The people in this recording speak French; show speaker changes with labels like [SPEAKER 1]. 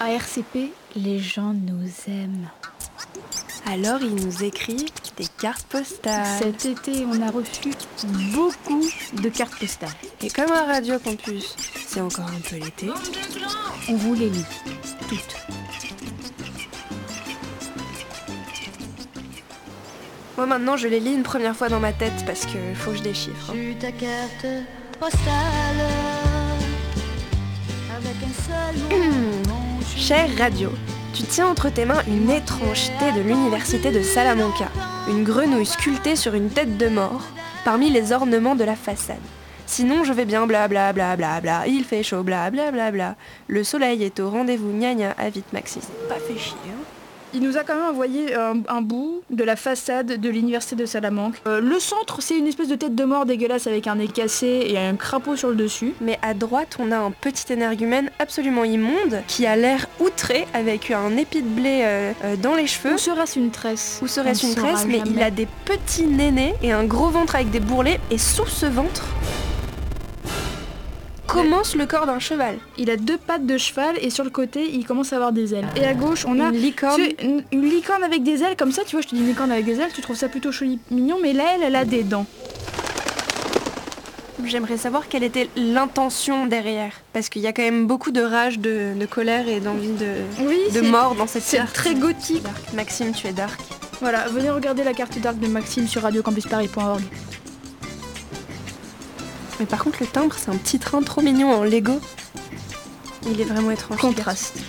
[SPEAKER 1] À RCP, les gens nous aiment.
[SPEAKER 2] Alors il nous écrit des cartes
[SPEAKER 1] Euh,
[SPEAKER 2] postales.
[SPEAKER 1] Cet été, on a reçu beaucoup de cartes postales.
[SPEAKER 2] Et comme un Radio Campus, c'est encore un peu l'été.
[SPEAKER 1] On vous les lit toutes.
[SPEAKER 2] Moi maintenant je les lis une première fois dans ma tête parce que faut que je déchiffre. hein.
[SPEAKER 3] J'ai eu ta carte postale
[SPEAKER 1] Ah, bah,
[SPEAKER 3] avec un seul mot.
[SPEAKER 2] Chère radio, tu tiens entre tes mains une étrangeté de l'université de Salamanca, une grenouille sculptée sur une tête de mort, parmi les ornements de la façade. Sinon, je vais bien bla bla bla bla bla, il fait chaud bla bla bla bla, le soleil est au rendez-vous gna gna, à vite Maxis. Pas fait chier. hein.
[SPEAKER 1] Il nous a quand même envoyé un, un bout de la façade de l'université de Salamanque. Euh, le centre, c'est une espèce de tête de mort dégueulasse avec un nez cassé et un crapaud sur le dessus.
[SPEAKER 2] Mais à droite, on a un petit énergumène absolument immonde qui a l'air outré avec un épi de blé euh, euh, dans les cheveux.
[SPEAKER 1] Où sera-ce une tresse
[SPEAKER 2] Où serait-ce
[SPEAKER 1] On
[SPEAKER 2] une
[SPEAKER 1] saura
[SPEAKER 2] tresse Mais il
[SPEAKER 1] jamais.
[SPEAKER 2] a des petits nénés et un gros ventre avec des bourrelets. Et sous ce ventre commence le corps d'un cheval.
[SPEAKER 1] Il a deux pattes de cheval et sur le côté, il commence à avoir des ailes. Et à gauche, on a
[SPEAKER 2] une licorne.
[SPEAKER 1] tu- une, une licorne avec des ailes. Comme ça, tu vois, je te dis une licorne avec des ailes, tu trouves ça plutôt joli, mignon, mais là, elle, elle a des dents.
[SPEAKER 2] J'aimerais savoir quelle était l'intention derrière. Parce qu'il y a quand même beaucoup de rage, de, de colère et d'envie de,
[SPEAKER 1] Oui,
[SPEAKER 2] de mort dans cette
[SPEAKER 1] c'est
[SPEAKER 2] carte.
[SPEAKER 1] très gothique.
[SPEAKER 2] Maxime, tu es dark.
[SPEAKER 1] Voilà, venez regarder la carte d'arc de Maxime sur radiocampusparis.org.
[SPEAKER 2] Mais par contre, le timbre, c'est un petit train trop mignon en Lego. Il est vraiment étrange. ce garçon.
[SPEAKER 1] Contraste.